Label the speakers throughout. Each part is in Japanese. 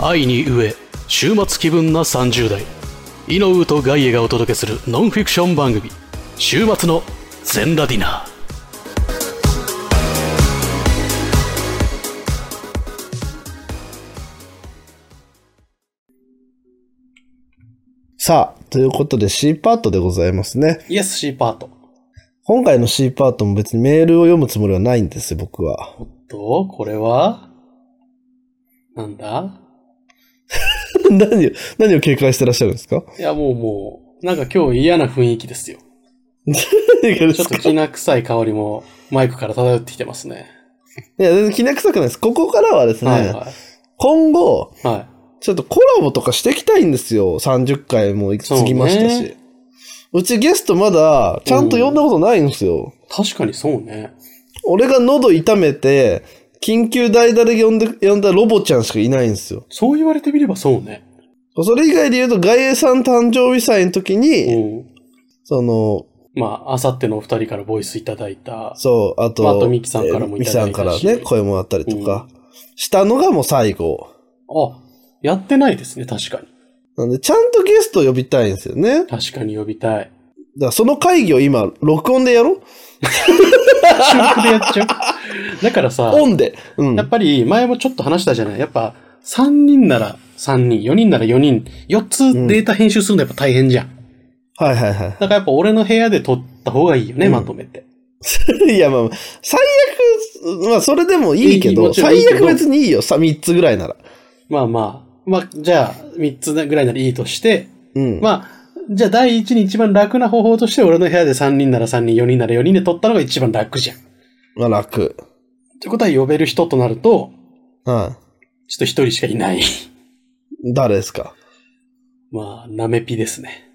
Speaker 1: 愛に飢え週末気分な30代イノウとガイエがお届けするノンフィクション番組「週末の全ラディナー」
Speaker 2: さあ、ということで C パートでございますね。
Speaker 1: イエス C パート
Speaker 2: 今回の C パートも別にメールを読むつもりはないんですよ、僕は。
Speaker 1: おっとこれはなんだ
Speaker 2: 何を、何を警戒してらっしゃるんですか
Speaker 1: いやもうもうなんか今日嫌な雰囲気ですよ
Speaker 2: 何がで
Speaker 1: ちょっ
Speaker 2: すか
Speaker 1: ときな臭い香りもマイクから漂ってきてますね
Speaker 2: いや、全然気な臭くないです。ここからはですね、
Speaker 1: はいは
Speaker 2: 今後、
Speaker 1: いはい
Speaker 2: ちょっとコラボとかしていきたいんですよ。30回もいくつ過ぎました
Speaker 1: そう
Speaker 2: し。う
Speaker 1: ね
Speaker 2: ちゲストまだ、ちゃんと呼んだことないんですよ。
Speaker 1: 確かにそうね
Speaker 2: 俺が喉痛めて、緊急代打で呼んで、呼んだロボちゃんしかいないんですよ。
Speaker 1: そう言われてみればそうね
Speaker 2: それ以外で言うと、外衛さん誕生日祭の時に、
Speaker 1: うん
Speaker 2: その、
Speaker 1: まああさってのお二人からボイスいただいた
Speaker 2: そう、あと、
Speaker 1: まああとミキさんからも
Speaker 2: えー
Speaker 1: いただいたし
Speaker 2: ミキさんからね、声もらったりとか、したのがもう最後。
Speaker 1: あやってないですね確かに
Speaker 2: なんで、ちゃんとゲストを呼びたいんですよね。だか
Speaker 1: 確かに呼びたい
Speaker 2: らその会議を今、録音でやろう
Speaker 1: 収録でやっちゃう だからさ
Speaker 2: オンで。うん
Speaker 1: や。っぱり前もちょっと話したじゃないやっぱ3人なら3人、4人なら4人、4つデータ編集するのやっぱ大変じゃん。
Speaker 2: はいはいは
Speaker 1: だからやっぱ俺の部屋で撮った方がいいよね、
Speaker 2: うん
Speaker 1: まとめて。
Speaker 2: い。 いや、まあ、最悪、まあ、それでもいいけ
Speaker 1: いい
Speaker 2: ど、
Speaker 1: もちろんいい
Speaker 2: 最
Speaker 1: けど
Speaker 2: 悪別にいいよ。さ、3つぐらいなら。
Speaker 1: まあまあ、まあじゃあ3つぐらいならいいとして、
Speaker 2: うん。
Speaker 1: まあ、じゃあ第一に一番楽な方法として俺の部屋で3人なら3人、4人なら4人で撮ったのが一番楽じゃん。っ
Speaker 2: まあ、楽。
Speaker 1: てことは呼べる人となると、
Speaker 2: は
Speaker 1: ちょっと一人しかいない。
Speaker 2: い。誰ですか
Speaker 1: まあ、なめぴですね。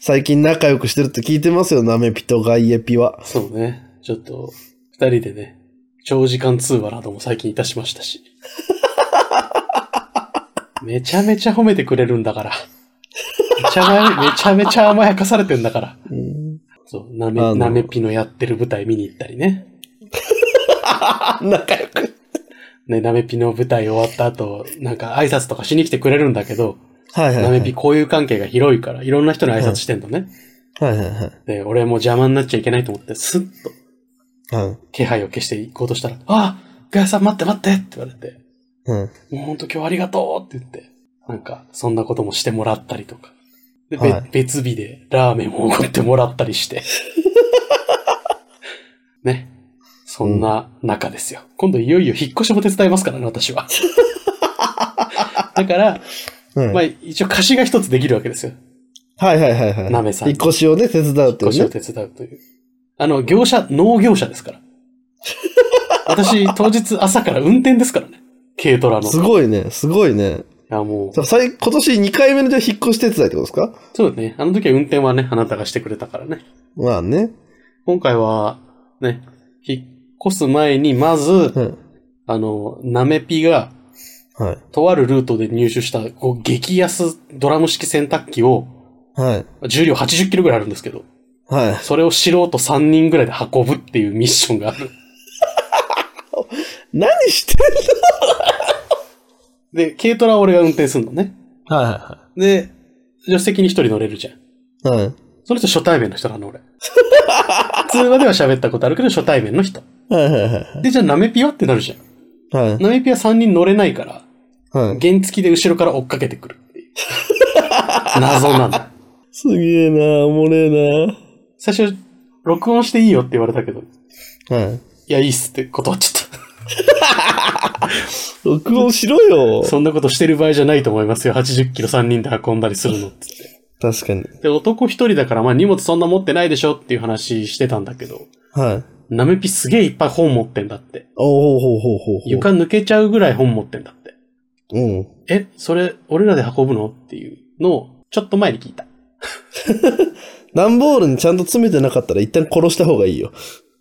Speaker 2: 最近仲良くしてるって聞いてますよ、ナメピとガイエピは。
Speaker 1: そうね。ちょっと、二人でね、長時間通話なども最近いたしました し。めちゃめちゃ褒めてくれるんだから。めちゃまめちゃめちゃ甘やかされてんだから。
Speaker 2: うん、
Speaker 1: そう、な
Speaker 2: あ
Speaker 1: め、
Speaker 2: の
Speaker 1: なめぴのやってる舞台見に行ったりね。
Speaker 2: あ、仲良く。
Speaker 1: ね、なめぴの舞台終わった後、なんか挨拶とかしに来てくれるんだけど、
Speaker 2: はいはい、
Speaker 1: な
Speaker 2: は
Speaker 1: め
Speaker 2: い。
Speaker 1: ぴ交友関係が広いから、いろんな人に挨拶してんのね。
Speaker 2: はいはいはい。
Speaker 1: で、俺も邪魔になっちゃいけないと思って、スッと
Speaker 2: うん。
Speaker 1: 気配を消して行こうとしたら、あガヤさん待って待ってって言われて、
Speaker 2: うん。
Speaker 1: もうほんと今日ありがとうって言って、なんか、そんなこともしてもらったりとか。で、べ
Speaker 2: はい
Speaker 1: 別日でラーメンをおごってもらったりして。 ね。そんな中ですよ。今度いよいよ引っ越しも手伝いますからね、私は。だから、
Speaker 2: はい
Speaker 1: まあ一応貸しが一つできるわけですよ。
Speaker 2: はいはいはいはい。
Speaker 1: なめさん
Speaker 2: 引っ越しをね、手伝うって
Speaker 1: 引
Speaker 2: い
Speaker 1: っ越し
Speaker 2: う
Speaker 1: を
Speaker 2: ね。
Speaker 1: 手伝うという。あの、業者、農業者ですから。私、当日朝から運転ですからね。軽トラの。
Speaker 2: す
Speaker 1: い
Speaker 2: ごいね、すごいね。
Speaker 1: や、もう
Speaker 2: さ。最今年2回目のじゃあ引っ越し手伝いってことですか
Speaker 1: そうね。あの時は運転はね、あなたがしてくれたからね。
Speaker 2: まあね。
Speaker 1: 今回は、ね、引っ越す前に、まず、
Speaker 2: うん。
Speaker 1: あの、ナメピが、
Speaker 2: はい。
Speaker 1: とあるルートで入手した、こう、激安ドラム式洗濯機を、
Speaker 2: はい。
Speaker 1: 重量80キロぐらいあるんですけど、
Speaker 2: はい。
Speaker 1: それを素人3人ぐらいで運ぶっていうミッションがある。
Speaker 2: 何してん
Speaker 1: で、軽トラは俺が運転するのね。
Speaker 2: のは
Speaker 1: で、助手席に一人乗れるじゃん。
Speaker 2: いはいはい。
Speaker 1: その人初対面の人なの、俺。通話では喋ったことあるけど、初対面の人。
Speaker 2: はいはいはい
Speaker 1: で、じゃあナメピはってなるじゃん。
Speaker 2: はい。はい。
Speaker 1: ナメピは3人乗れないから、
Speaker 2: はい。
Speaker 1: 原付きで後ろから追っかけて くるっていう。謎なんだ。
Speaker 2: すげえなおもれえな
Speaker 1: 最初、録音していいよって言われたけど、い
Speaker 2: はい。
Speaker 1: や、いいっすって断っちゃっ
Speaker 2: 録音しろよ
Speaker 1: た。そんなことしてる場合じゃないと思いますよ。80キロ3人で運んだりするのっつって。
Speaker 2: 確かに。
Speaker 1: で、男一人だから、まあ荷物そんな持ってないでしょっていう話してたんだけど、
Speaker 2: はい。
Speaker 1: ナメピすげえいっぱい本持ってんだって。
Speaker 2: おおほうほうほうほう。
Speaker 1: 床抜けちゃうぐらい本持ってんだって。
Speaker 2: うん。
Speaker 1: え、それ、俺らで運ぶのっていうのを、ちょっと前に聞いた。
Speaker 2: 段ボールにちゃんと詰めてなかったら一旦殺した方がいいよ。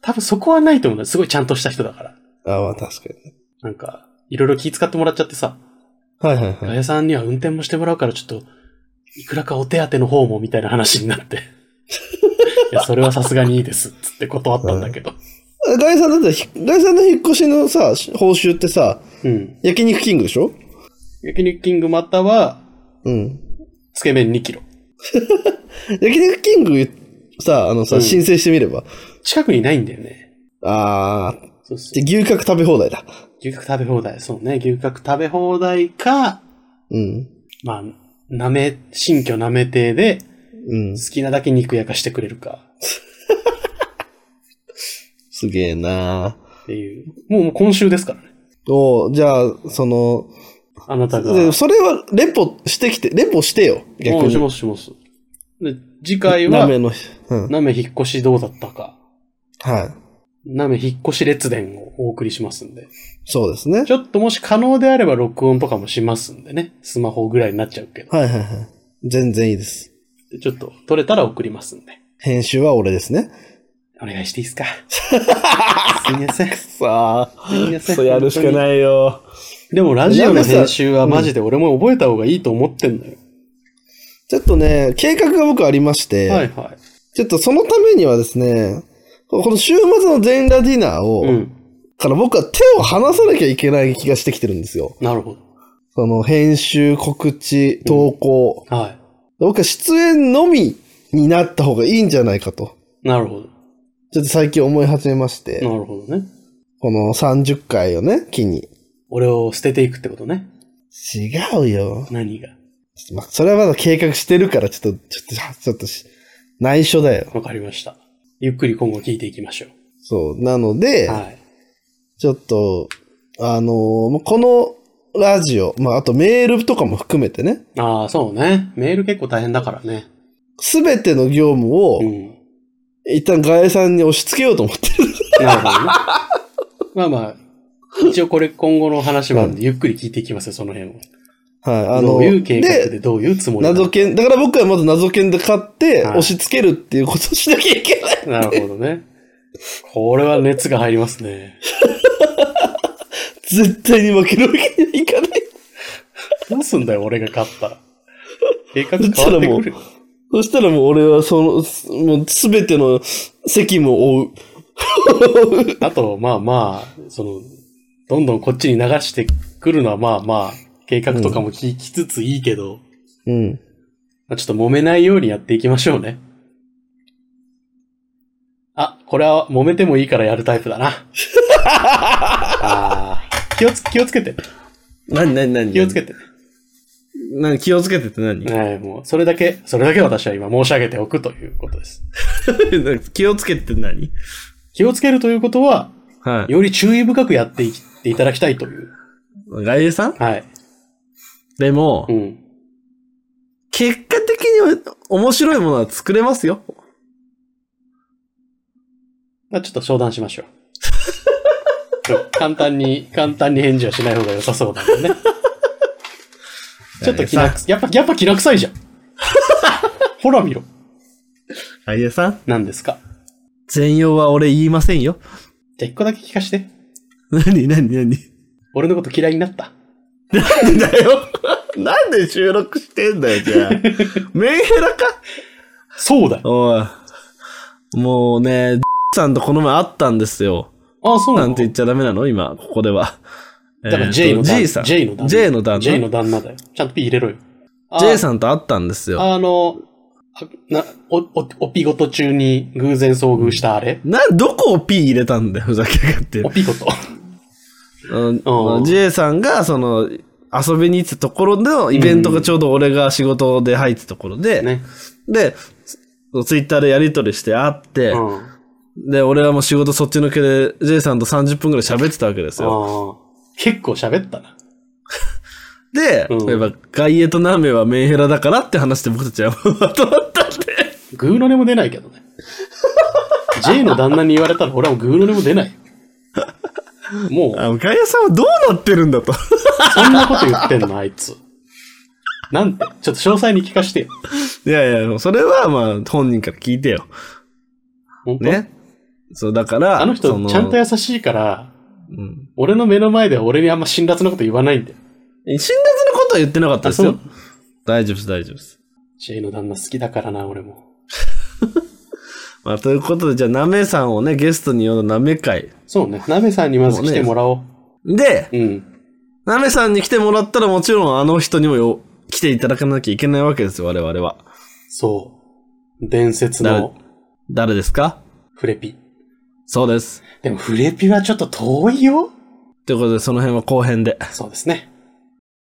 Speaker 1: 多分そこはないと思うんだよ。すごいちゃんとした人だから。
Speaker 2: ああ、まあ確かに。
Speaker 1: なんか、いろいろ気遣ってもらっちゃってさ、
Speaker 2: はいはい
Speaker 1: ガ
Speaker 2: はい。
Speaker 1: ヤさんには運転もしてもらうから、ちょっと、いくらかお手当ての方もみ たいな話になって。いや、それはさすがにいいです。つって断ったんだけど。
Speaker 2: ガイさんだったらひ、ガイさんの引っ越しのさ、報酬ってさ、
Speaker 1: うん。
Speaker 2: 焼肉キングでしょ
Speaker 1: 焼肉キングまたは、
Speaker 2: うん。
Speaker 1: つけ麺2キロ。
Speaker 2: 焼肉キングさ、あのさ、申請してみれば。
Speaker 1: 近くにないんだよね。
Speaker 2: あー、
Speaker 1: そうそう
Speaker 2: じゃあ牛角食べ放題だ。
Speaker 1: 牛角食べ放題。そうね。牛角食べ放題か、
Speaker 2: うん。
Speaker 1: まあ、なめ、新居なめ亭で、
Speaker 2: うん。
Speaker 1: 好きなだけ肉焼かしてくれるか。
Speaker 2: すげえな
Speaker 1: っていう。もうもう今週ですからね。
Speaker 2: おじゃあ、その、
Speaker 1: あなたが。
Speaker 2: でそれはレポしてきて、レポしてよ。逆
Speaker 1: もし
Speaker 2: に。
Speaker 1: ますします。で、次回
Speaker 2: ラ
Speaker 1: は
Speaker 2: ー、メンの日、うん。
Speaker 1: なめ引っ越しどうだったか。
Speaker 2: はい。
Speaker 1: なめ引っ越し列伝をお送りしますんで。
Speaker 2: そうですね。
Speaker 1: ちょっともし可能であれば録音とかもしますんでね。スマホぐらいになっちゃうけど。
Speaker 2: はいはいはい。全然いいです。
Speaker 1: でちょっと撮れたら送りますんで。
Speaker 2: 編集は俺ですね。
Speaker 1: お願いしていい ですかすみません。す
Speaker 2: さあ、
Speaker 1: みません。
Speaker 2: そうやるしか
Speaker 1: い。
Speaker 2: ないよ。
Speaker 1: でもラジオの編集はマジで俺も覚えた方がいいと思ってんのよ。
Speaker 2: ちょっとね、計画が僕ありまして、
Speaker 1: はいはい。
Speaker 2: ちょっとそのためにはですね、この週末の全裸ディナーを、
Speaker 1: うん。
Speaker 2: から僕は手を離さなきゃいけない気がしてきてるんですよ。
Speaker 1: なるほ
Speaker 2: その編集、告知、投稿。
Speaker 1: ど。は
Speaker 2: 僕は出演のみになった方がいいんじゃないかと。
Speaker 1: い。なるほど。
Speaker 2: ちょっと最近思い始めまして、
Speaker 1: なるほどね。
Speaker 2: この30回をね、機に。
Speaker 1: 俺を捨てていくってことね。
Speaker 2: 違うよ。
Speaker 1: 何が。
Speaker 2: ちょっとまあ、それはまだ計画してるから、ちょっと、ちょっと、ちょっとし、内緒だよ。
Speaker 1: わかりました。ゆっくり今後聞いていきましょ
Speaker 2: そう。なので、
Speaker 1: う。はい。
Speaker 2: ちょっと、あのーまあこのラジオ、まあ、あとメールとかも含めてね、
Speaker 1: ああ、そうね。メール結構大変だからね。
Speaker 2: すべての業務を
Speaker 1: う、ん。
Speaker 2: 一旦ガエさんに押し付けようと思って る。
Speaker 1: なるほどね。 まあまあ、一応これ今後の話もあるんで、ゆっくり聞いていきますよ、その辺を。
Speaker 2: はい。あ
Speaker 1: ど
Speaker 2: の
Speaker 1: ういう計画
Speaker 2: で、
Speaker 1: でどういうつもりなの
Speaker 2: 謎
Speaker 1: か
Speaker 2: 券、だから僕はまず謎券で買って、
Speaker 1: はい
Speaker 2: 押し付けるっていうことをしなきゃいけない。
Speaker 1: なるほどね。これは熱が入りますね。
Speaker 2: 絶対に負けるわけにはいかない。
Speaker 1: どうすんだよ、俺が勝ったら。計画変わってくるよ。
Speaker 2: そしたらもう俺はその、すもうすべての責務を負う。
Speaker 1: あと、まあまあ、その、どんどんこっちに流してくるのはまあまあ、計画とかも聞きつついいけど、
Speaker 2: うん。
Speaker 1: まあちょっと揉めないようにやっていきましょうね。あ、これは揉めてもいいからやるタイプだな。あー気をつ、気をつけて。
Speaker 2: なになになに
Speaker 1: 気をつけて。
Speaker 2: 何気をつけてって何
Speaker 1: ねえ、もう、それだけ、それだけ私は今申し上げておくということです。
Speaker 2: 気をつけてって何
Speaker 1: 気をつけるということは、
Speaker 2: は。
Speaker 1: より注意深くやっていっていただきたいという。
Speaker 2: ガイエさん
Speaker 1: はい。
Speaker 2: でも
Speaker 1: う、ん。
Speaker 2: 結果的に面白いものは作れますよ。
Speaker 1: まあ、ちょっと商談しましょ う。簡単に、簡単に返事はしない方が良さそうだ よね。ちょっと気なく、やっぱ、やっぱ気な臭いじゃん。 ほら見ろ。
Speaker 2: ガイエさん
Speaker 1: 何ですか
Speaker 2: 全容は俺言いませんよ。
Speaker 1: じゃあ一個だけ聞かして。
Speaker 2: 何何何
Speaker 1: 俺のこと嫌いになった。
Speaker 2: なんだよ。 なんで収録してんだよ、じゃあ。 メンヘラか
Speaker 1: そうだよ。
Speaker 2: おい。もうね、 さんとこの前会ったんですよ。
Speaker 1: ああ、そうな
Speaker 2: なんんて言っちゃダメなの今、ここでは。
Speaker 1: だから J の旦
Speaker 2: J さん。
Speaker 1: J の旦那。
Speaker 2: J の旦
Speaker 1: J
Speaker 2: 那
Speaker 1: の。旦那だよ。ちゃんと P 入れろよ。あ
Speaker 2: J さんと会ったんですよ。
Speaker 1: あの、あな、お、お、おピごと中に偶然遭遇したあれ
Speaker 2: な、どこを P 入れたんだよ、ふざけやがって
Speaker 1: お。ピごと。
Speaker 2: うん J さんが、その、遊びに行ってたところでのイベントがちょうど俺が仕事で入ってたところで、
Speaker 1: ね。
Speaker 2: で、ツイッターでやりとりして会って、
Speaker 1: うん。
Speaker 2: で、俺はもう仕事そっちのけで、J さんと30分ぐらい喋ってたわけですよ。
Speaker 1: ああ結構喋ったな。
Speaker 2: で、
Speaker 1: うん
Speaker 2: やっぱ、外エとナメはメンヘラだからって話で僕たちはまとまったんで。
Speaker 1: グーの音も出ないけどね。J の旦那に言われたら俺はもうグーの音も出ないよ。もう、
Speaker 2: あ、外エさんはどうなってるんだと。
Speaker 1: そんなこと言ってんの、あいつ。なんて、ちょっと詳細に聞かしてよ。
Speaker 2: いやいや、それはまあ、本人から聞いてよ。
Speaker 1: 本当
Speaker 2: ね。そう、だから、
Speaker 1: あの人
Speaker 2: そ、
Speaker 1: ちゃんと優しいから、
Speaker 2: うん
Speaker 1: 俺の目の前では俺にあんま辛辣なこと言わないんだよ。
Speaker 2: 辛辣なことは言ってなかったです
Speaker 1: あ
Speaker 2: よ
Speaker 1: そ。
Speaker 2: 大丈夫です、大丈夫です。
Speaker 1: J の旦那好きだからな、俺も。
Speaker 2: まあ、ということで、じゃあ、なめさんをね、ゲストに呼んだなめ会。
Speaker 1: そうね。なめさんにまず来てもらおう。
Speaker 2: で、
Speaker 1: うん。
Speaker 2: なめさんに来てもらったらもちろんあの人にもよ来ていただかなきゃいけないわけですよ、我々は。
Speaker 1: そう。伝説の
Speaker 2: 誰ですか
Speaker 1: フレピ。
Speaker 2: そうです。
Speaker 1: でもフレピはちょっと遠いよ。
Speaker 2: ということで、その辺は後編で。
Speaker 1: そうですね。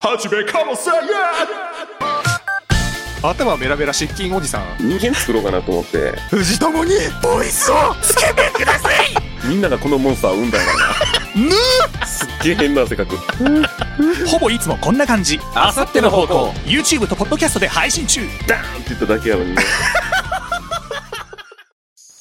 Speaker 3: はじめかもせん頭ベラベラ失禁おじさん
Speaker 4: 人間作ろうかなと思って
Speaker 3: 藤友にボイスをつけてください
Speaker 4: みんながこのモンスターを産んだんだなすっげえ変な性格
Speaker 3: ほぼいつもこんな感じあさっての方向 YouTube とポッドキャストで配信中
Speaker 4: ダーンって言っただけやのにね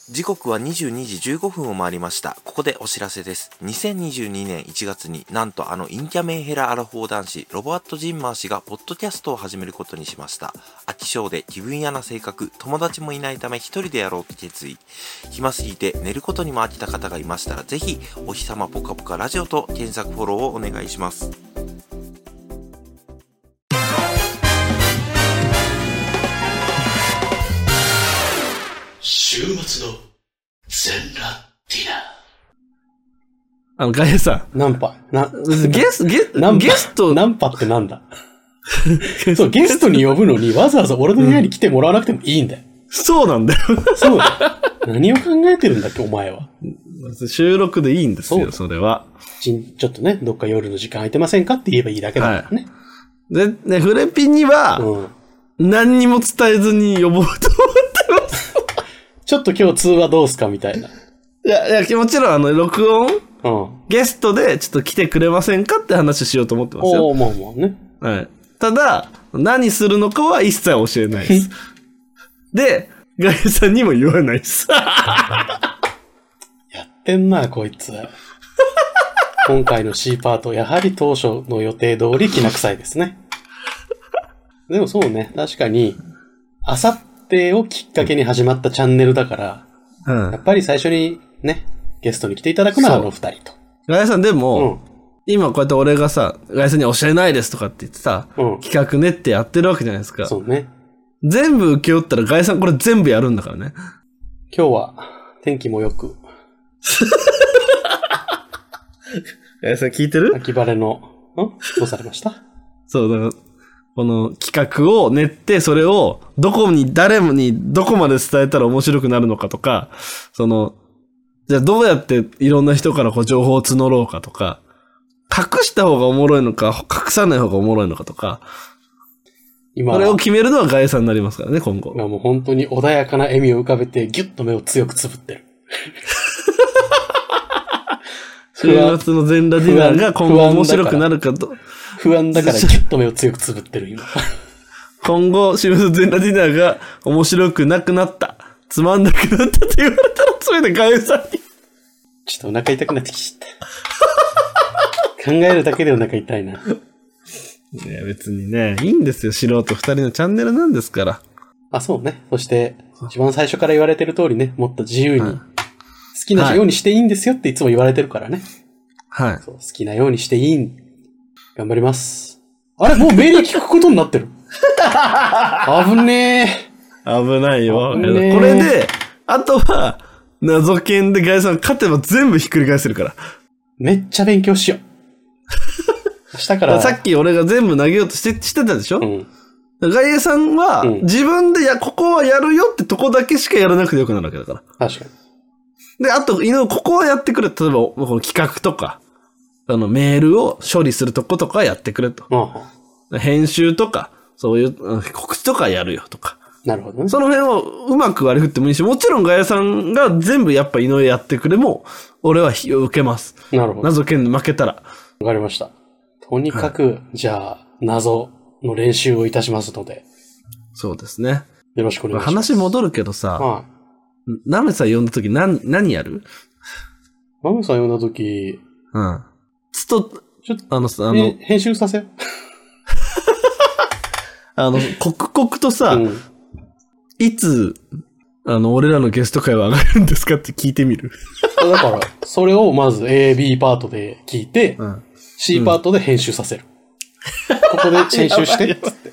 Speaker 5: 時刻は22時15分を回りました。ここでお知らせです。2022年1月になんとあのインキャメンヘラアラフォー男子、ロボアット・ジンマー氏がポッドキャストを始めることにしました。飽き性で気分屋な性格、友達もいないため一人でやろうと決意。暇すぎて寝ることにも飽きた方がいましたら、ぜひお日様ぽかぽかラジオと検索フォローをお願いします。
Speaker 6: 週末の全裸ディナー。
Speaker 2: あの、ガエさ
Speaker 1: ナンパ。な、
Speaker 2: ん。ゲス、ゲ
Speaker 1: ナンパ
Speaker 2: ス、ゲスト、
Speaker 1: ナンパってなんだ そう、ゲストに呼ぶのにわざわざ俺の部屋に来てもらわなくてもいいんだよ。
Speaker 2: そうなんだよ。
Speaker 1: そうだよ。何を考えてるんだっけ、お前は。
Speaker 2: 収録でいいんです
Speaker 1: そう
Speaker 2: よ、
Speaker 1: だ
Speaker 2: それは。
Speaker 1: ちんちょっとね、どっか夜の時間空いてませんかって言えばいいだけだからね。
Speaker 2: で、ね、フレピンには、
Speaker 1: うん。
Speaker 2: 何にも伝えずに呼ぼうと思ってます。
Speaker 1: ちょっと今日通話どうすかみたいな。
Speaker 2: いや、いや、もちろん、あの、録音、
Speaker 1: うん。
Speaker 2: ゲストで、ちょっと来てくれませんかって話しようと思ってますよ
Speaker 1: お。おまあまあね。
Speaker 2: はい。ただ、何するのかは一切教えな いです。で、ガエさんにも言わないです。
Speaker 1: やってんな、こいつ。 今回の C パート、やはり当初の予定通りきな臭いですね。でもそうね、確かに、あさってをきっかけに始まったチャンネルだから、
Speaker 2: うん
Speaker 1: やっぱり最初にね、ゲストに来ていただくのはあ
Speaker 2: そう
Speaker 1: の二人と。
Speaker 2: ガエさんで
Speaker 1: う
Speaker 2: も、
Speaker 1: ん。
Speaker 2: 今こうやって俺がさ、ガエさんに教えないですとかって言ってさ、
Speaker 1: うん
Speaker 2: 企画ねってやってるわけじゃないですか。
Speaker 1: そうね。
Speaker 2: 全部受け負ったらガエさんこれ全部やるんだからね。
Speaker 1: 今日は天気も良く、
Speaker 2: ガエさん聞いてる
Speaker 1: 秋晴れの、んどうされました
Speaker 2: そう、だから、この企画を練って、それをどこに、誰に、どこまで伝えたら面白くなるのかとか、その、じゃあどうやっていろんな人からこう情報を募ろうかとか、隠した方がおもろいのか、隠さない方がおもろいのかとか、
Speaker 1: 今
Speaker 2: こ
Speaker 1: は、
Speaker 2: れを決めるのはガエさんになりますからね、今後。
Speaker 1: 今もう本当に穏やかな笑みを浮かべて、ギュッと目を強くつぶ ってる。
Speaker 2: 週末の全裸ディナーが今後面白くなるかと、
Speaker 1: 不安だからギュッと目を強くつぶってる、今。
Speaker 2: 今後週末の全裸ディナーが面白くなくなった、つまんなくなったって言われたら、それでガエさんに。
Speaker 1: ちょっとお腹痛くなってきちゃった。考えるだけでお腹痛いな。
Speaker 2: いや、別にね、いいんですよ。素人二人のチャンネルなんですから。
Speaker 1: あ、そうね。そして、一番最初から言われてる通りね、もっと自由に、
Speaker 2: はい
Speaker 1: 好きな
Speaker 2: はい
Speaker 1: ようにしていいんですよっていつも言われてるからね。
Speaker 2: はい。
Speaker 1: そう好きなようにしていいん。頑張ります。あ れもう命令聞くことになってる。危ね
Speaker 2: 危ないよ。こ
Speaker 1: 危ねえ
Speaker 2: れで、あとは、謎剣でガイさんが勝てば全部ひっくり返せるから。
Speaker 1: え。めっちゃ勉強し よう。明日か
Speaker 2: だから
Speaker 1: ら。
Speaker 2: さっき俺が全部投げようとしてしてたでしょ、
Speaker 1: うん。
Speaker 2: ガイエさんは、
Speaker 1: うん
Speaker 2: 自分で、いや、ここはやるよってとこだけしかやらなくてよくなるわけだから。
Speaker 1: 確かに。
Speaker 2: で、あと、犬をここはやってくれ。例えば、この企画とか、あの、メールを処理するとことかやってくれと。
Speaker 1: うんうん。
Speaker 2: 編集とか、そういう、うん告知とかやるよとか。
Speaker 1: なるほどね。
Speaker 2: その辺をうまく割り振ってもいいし、もちろんガヤさんが全部やっぱ井上やってくれも、俺は引き受けます。
Speaker 1: なるほど。わ
Speaker 2: 謎剣で負けたら。
Speaker 1: かりました。とにかく、じゃあ、謎の練習をいたしますので、
Speaker 2: そうですね。
Speaker 1: よろしくお願いします。
Speaker 2: 話戻るけどさ、
Speaker 1: はい。
Speaker 2: ナメさん呼んだ時何、何やる
Speaker 1: マムさん呼んだとき、
Speaker 2: うん。つと、
Speaker 1: ちょっと、
Speaker 2: あのさ、あ
Speaker 1: え
Speaker 2: の、
Speaker 1: 編集させよ
Speaker 2: あの、刻々と
Speaker 1: う。
Speaker 2: さ、
Speaker 1: うん。
Speaker 2: いつ、あの、俺らのゲスト会は上がるんですかって聞いてみる。
Speaker 1: だから、それをまず A、B パートで聞いて、
Speaker 2: ん。
Speaker 1: C パートで編集させる。ここで編集して、つって。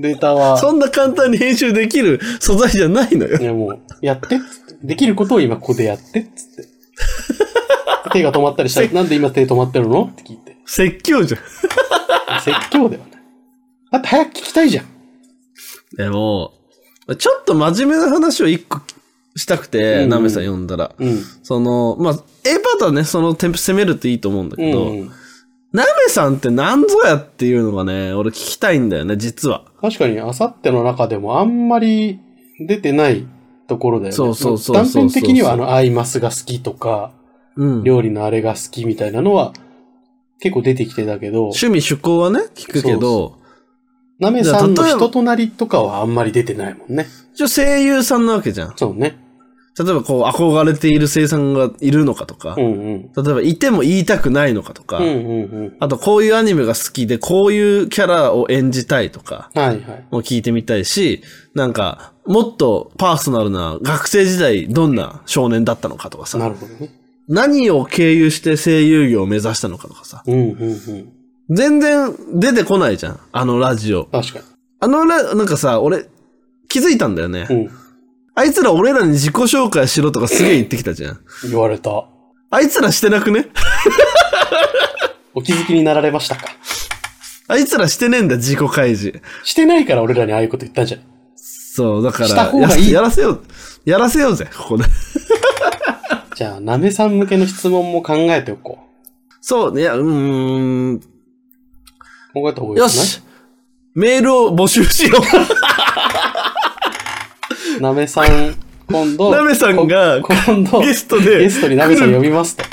Speaker 1: データは、
Speaker 2: そんな簡単に編集できる素材じゃないのよ
Speaker 1: い。やもう、やってっつってできることを今ここでやってっつって。手が止まったりしたら、なんで今手止まってるのって聞いて。
Speaker 2: 説教じゃん。
Speaker 1: 説教ではない。だって早く聞きたいじゃん。
Speaker 2: でも、ちょっと真面目な話を一個したくて、
Speaker 1: うん
Speaker 2: ナメさん読んだら。
Speaker 1: うん。
Speaker 2: その、まあ、A パターンね、そのテンプ攻めるっていいと思うんだけど、
Speaker 1: うん。
Speaker 2: ナメさんって何ぞやっていうのがね、俺聞きたいんだよね、実は。
Speaker 1: 確かに、あさっての中でもあんまり出てないところだよね。
Speaker 2: そうそうそうそう
Speaker 1: 断片的には、あの、アイマスが好きとか、
Speaker 2: うん。
Speaker 1: 料理のあれが好きみたいなのは、結構出てきてたけど、
Speaker 2: 趣味趣向はね、聞くけど、
Speaker 1: ナメさん
Speaker 2: じ
Speaker 1: の
Speaker 2: ゃあ例えば
Speaker 1: 人となりとかはあんまり出てないもんね。
Speaker 2: 一応声優さんなわけじゃん。
Speaker 1: そうね。
Speaker 2: 例えばこう、憧れている声優さんがいるのかとか、
Speaker 1: うんうん。
Speaker 2: 例えばいても言いたくないのかとか、
Speaker 1: うんうんうん。
Speaker 2: あとこういうアニメが好きで、こういうキャラを演じたいとか、
Speaker 1: はいはい。
Speaker 2: も聞いてみたいし、なんか、もっとパーソナルな学生時代どんな少年だったのかとか
Speaker 1: な
Speaker 2: さ、
Speaker 1: るほどね。
Speaker 2: 何を経由して声優業を目指したのかとかさ、
Speaker 1: うんうんうん。
Speaker 2: 全然出てこないじゃん、あのラジオ。
Speaker 1: 確か
Speaker 2: あのラ、なんかさ、俺、気づいたんだよね。
Speaker 1: に。うん。
Speaker 2: あいつら俺らに自己紹介しろとかすげえ言ってきたじゃん。
Speaker 1: 言われた。
Speaker 2: あいつらしてなくね
Speaker 1: お気づきになられましたか
Speaker 2: あいつらしてねえんだ、自己開示。
Speaker 1: してないから俺らにああいうこと言ったんじゃない
Speaker 2: そう、だから、
Speaker 1: した方がいい
Speaker 2: やらせよう、やらせようぜ、ここで。
Speaker 1: じゃあ、なめさん向けの質問も考えておこう。
Speaker 2: そう、いや、うーん、
Speaker 1: 考えた方がいい
Speaker 2: よ
Speaker 1: です
Speaker 2: しメールを募集しよ
Speaker 1: ね。なめさん、今度。
Speaker 2: なめさんが
Speaker 1: こ今度、
Speaker 2: ゲストで
Speaker 1: ゲストになめさん呼びますと。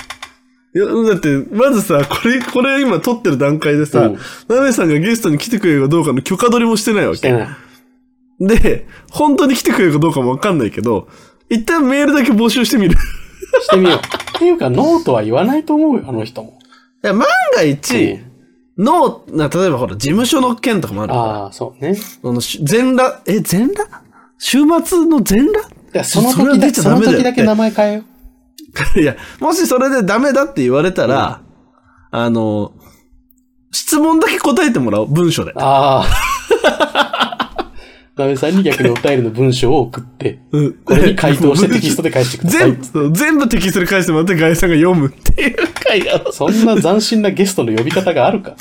Speaker 2: ういや。だって、まずさ、これ、これ今撮ってる段階でさ、
Speaker 1: うん
Speaker 2: なめさんがゲストに来てくれるかどうかの許可取りもしてないわ
Speaker 1: して
Speaker 2: け。
Speaker 1: ない。
Speaker 2: で、本当に来てくれるかどうかもわかんないけど、一旦メールだけ募集してみる。い
Speaker 1: してみよう。っていうか、ノーとは言わないと思うよ、あの人も。
Speaker 2: や、万が
Speaker 1: う
Speaker 2: 一、
Speaker 1: ん
Speaker 2: の、な、例えばほら、事務所の件とかもあるから、
Speaker 1: ああ、そうね。
Speaker 2: その、し全裸、え、全裸週末の全裸
Speaker 1: いや、その
Speaker 2: それは
Speaker 1: 時だ
Speaker 2: 出
Speaker 1: け、
Speaker 2: ちゃ
Speaker 1: そ
Speaker 2: ダ
Speaker 1: の
Speaker 2: メだよ
Speaker 1: 時だけ名前変えよう。
Speaker 2: いや、もしそれでダメだって言われたら、あの、質問だけ答えてもらおう、文章で。
Speaker 1: ああ。なめさんに逆にお便りの文章を送って、
Speaker 2: うん
Speaker 1: これに回答してテキストで返してください
Speaker 2: 全。部、全部テキストで返してもらって、ガイさんが読むっていう回が、
Speaker 1: そんな斬新なゲストの呼び方があるか。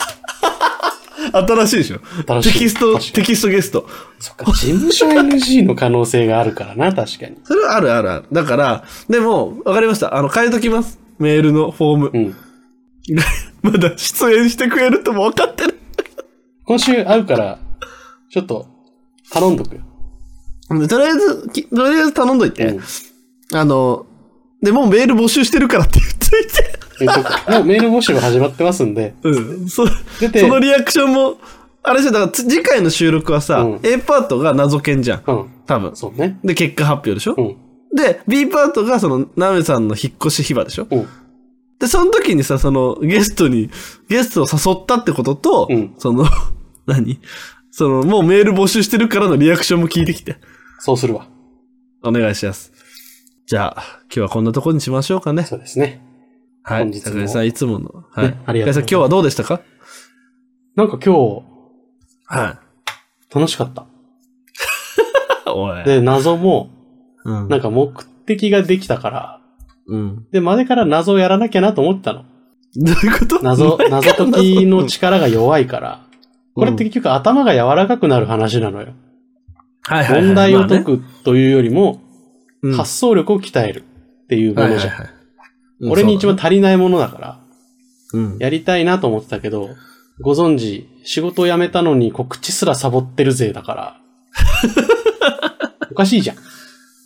Speaker 2: 新しいでしょ
Speaker 1: 新しい
Speaker 2: テキスト、
Speaker 1: 確かに
Speaker 2: テキストゲスト。
Speaker 1: そっか、事務所 NG の可能性があるからな、確かに。
Speaker 2: それはあるあるある。だから、でも、わかりました。あの、変えときます。メールのフォーム。
Speaker 1: うん。
Speaker 2: まだ出演してくれるとも分かってる。
Speaker 1: 今週会うから、ちょっと、頼んどくよ。
Speaker 2: とりあえず、きとりあえず頼んどいて。
Speaker 1: うん
Speaker 2: あの、で、もうメール募集してるからって言っといて。
Speaker 1: えっと、もうメール募集が始まってますんで、
Speaker 2: うん。そ
Speaker 1: 出て
Speaker 2: そのリアクションも、あれじゃ、だからつ次回の収録はさ、
Speaker 1: うん
Speaker 2: A パートが謎研じゃん。
Speaker 1: うん。
Speaker 2: 多分。
Speaker 1: そうね。
Speaker 2: で、結果発表でしょ、
Speaker 1: うん。
Speaker 2: で、B パートがその、ナメさんの引っ越し秘話でしょ
Speaker 1: うん。
Speaker 2: で、その時にさ、その、ゲストに、ゲストを誘ったってことと、
Speaker 1: うん
Speaker 2: その、 何その、もうメール募集してるからのリアクションも聞いてきて。
Speaker 1: そうするわ。
Speaker 2: お願いします。じゃあ、今日はこんなとこにしましょうかね。
Speaker 1: そうですね。
Speaker 2: は
Speaker 1: 本
Speaker 2: い。
Speaker 1: 日も
Speaker 2: 高井さん、いつもの。
Speaker 1: ねあ
Speaker 2: はい。
Speaker 1: りがとうございます
Speaker 2: 高井さん、今日はどうでしたか
Speaker 1: なんか今日、
Speaker 2: は
Speaker 1: 楽しかった。
Speaker 2: い。おい。
Speaker 1: で、謎も、
Speaker 2: うん
Speaker 1: なんか目的ができたから、
Speaker 2: うん。
Speaker 1: で、前から謎をやらなきゃなと思ってたの。
Speaker 2: どういうこと
Speaker 1: 謎、謎解きの力が弱いから、これって
Speaker 2: うん
Speaker 1: 結局頭が柔らかくなる話なのよ。
Speaker 2: はいはいはい
Speaker 1: 問題を解
Speaker 2: ま
Speaker 1: くというよりも、
Speaker 2: あね
Speaker 1: 発想力を鍛えるっていうものじゃん。
Speaker 2: はいはいはい
Speaker 1: 俺に一番足りないものだから、
Speaker 2: うん
Speaker 1: やりたいなと思ってたけど、ご存知、仕事を辞めたのに告知すらサボってるぜだから。 おかしいじゃん。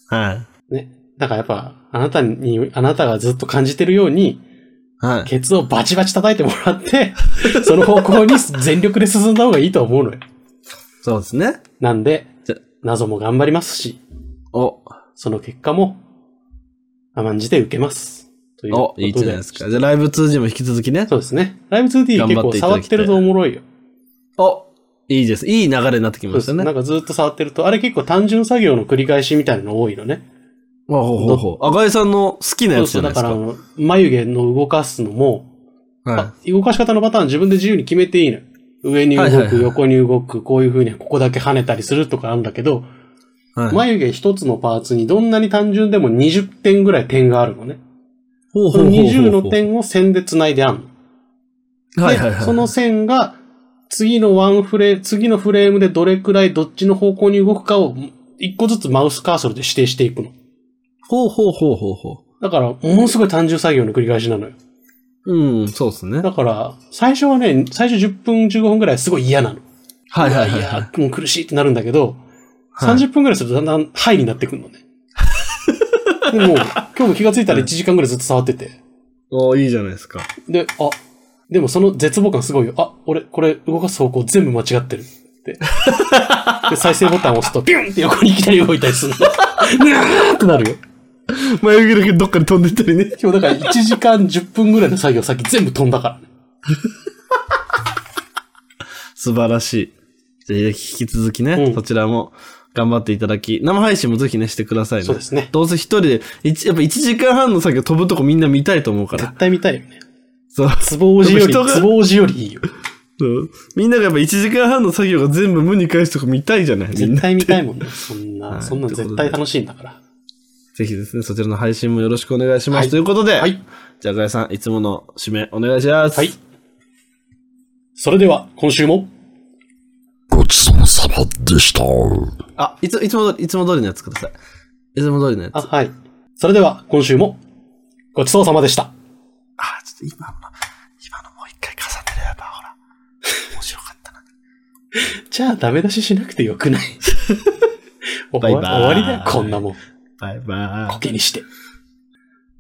Speaker 2: はい。
Speaker 1: ね。だからやっぱ、あなたに、あなたがずっと感じてるように、
Speaker 2: はい。
Speaker 1: ケツをバチバチ叩いてもらって、 その方向に全力で進んだ方がいいと思うのよ。
Speaker 2: そうですね。
Speaker 1: なんで
Speaker 2: じゃ、
Speaker 1: 謎も頑張りますし、
Speaker 2: お、
Speaker 1: その結果も甘んじて受けます。という
Speaker 2: お
Speaker 1: こ、とで。
Speaker 2: いいじゃないですか。じゃあライブ通じも引き続きね。
Speaker 1: そうですね。ライブ 2D
Speaker 2: 頑
Speaker 1: 結
Speaker 2: 張っ
Speaker 1: 構
Speaker 2: ていただきたい
Speaker 1: 触ってるとおもろいよ。
Speaker 2: お、いいです。いい流れになってき
Speaker 1: そう
Speaker 2: ま
Speaker 1: で
Speaker 2: した
Speaker 1: すね。
Speaker 2: ね
Speaker 1: な。んかずっと触ってると、あれ結構単純作業の繰り返しみたいなの多いのね。
Speaker 2: ほうほうほうほう。赤井さんの好きな
Speaker 1: そ
Speaker 2: や
Speaker 1: う
Speaker 2: つ
Speaker 1: そう。
Speaker 2: じゃない
Speaker 1: だか
Speaker 2: ですか。
Speaker 1: ら、あの眉毛の動かすのも、
Speaker 2: はい
Speaker 1: あ動かし方のパターン自分で自由に決めていいのよ。上に動く、
Speaker 2: はいはいはい
Speaker 1: 横に動く、こういう風にここだけ跳ねたりするとかあるんだけど、
Speaker 2: はい。
Speaker 1: 眉毛一つのパーツにどんなに単純でも20点ぐらい点があるのね。
Speaker 2: ほう
Speaker 1: その20の点を線で繋いであんの。
Speaker 2: はいはいは
Speaker 1: で
Speaker 2: い。
Speaker 1: その線が、次のワンフレー、次のフレームでどれくらいどっちの方向に動くかを、一個ずつマウスカーソルで指定していくの。
Speaker 2: ほうほうほうほうほ
Speaker 1: だから、ものすごい単純作業の繰り返しなのよ。
Speaker 2: う。うん、そうですね。
Speaker 1: だから、最初はね、最初10分15分くらいすごい嫌なの。
Speaker 2: はいはいはいい
Speaker 1: や
Speaker 2: は
Speaker 1: もう苦しいってなるんだけど、
Speaker 2: はい
Speaker 1: 30分ぐらいするとだんだんハイになってくる のね。でもう、今日も気がついたら1時間ぐらいずっと触ってて。
Speaker 2: い。おーいいじゃないですか。
Speaker 1: で、あ、でもその絶望感すごいよ。あ、俺、これ動かす方向全部間違ってる。 って。で、再生ボタンを押すと、ビュンって横にいきなり動いたりするの。 にゃーってなるよ。
Speaker 2: 眉毛だけどっかで飛んでったりね。
Speaker 1: 今日だから1時間10分ぐらいの作業さっき全部飛んだから。
Speaker 2: 素晴らしい。じゃあ、引き続きね、
Speaker 1: うん
Speaker 2: そちらも頑張っていただき、生配信もぜひね、してくださいね。
Speaker 1: そうですね
Speaker 2: どうせ一人で、一やっぱ1時間半の作業飛ぶとこみんな見たいと思うから。
Speaker 1: 絶対見たいよね。
Speaker 2: そう。
Speaker 1: つぼおじより、
Speaker 2: 人が
Speaker 1: つぼおじよりいいよ。
Speaker 2: そうみんながやっぱ1時間半の作業が全部無に返すとこ見たいじゃないみん
Speaker 1: 絶
Speaker 2: な。
Speaker 1: 対見たいも んね。そんな、
Speaker 2: はい
Speaker 1: そんなん絶対楽しいんだから。
Speaker 2: ぜひですね、そちらの配信もよろしくお願いします。
Speaker 1: はい
Speaker 2: ということで、
Speaker 1: はい。
Speaker 2: じゃあ、ガヤさん、いつもの締めお願いします。
Speaker 1: はい。それでは、今週も、
Speaker 2: あ、いつ、いつも通り、いつも通りのやつください。いつも通りのやつ。
Speaker 1: あ、はい。それでは、今週も、ごちそうさまでした。
Speaker 2: あ、ちょっと今の、今のもう一回重ねれば、ほら。面白かったな。
Speaker 1: じゃあ、ダメ出ししなくてよ くないお
Speaker 2: バイバイ
Speaker 1: 終わりだよ、こんなもん。
Speaker 2: バイバ
Speaker 1: コケにして。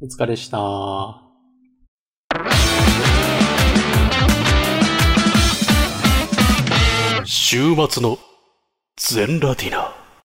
Speaker 1: お疲れした週末の、全ラティナ。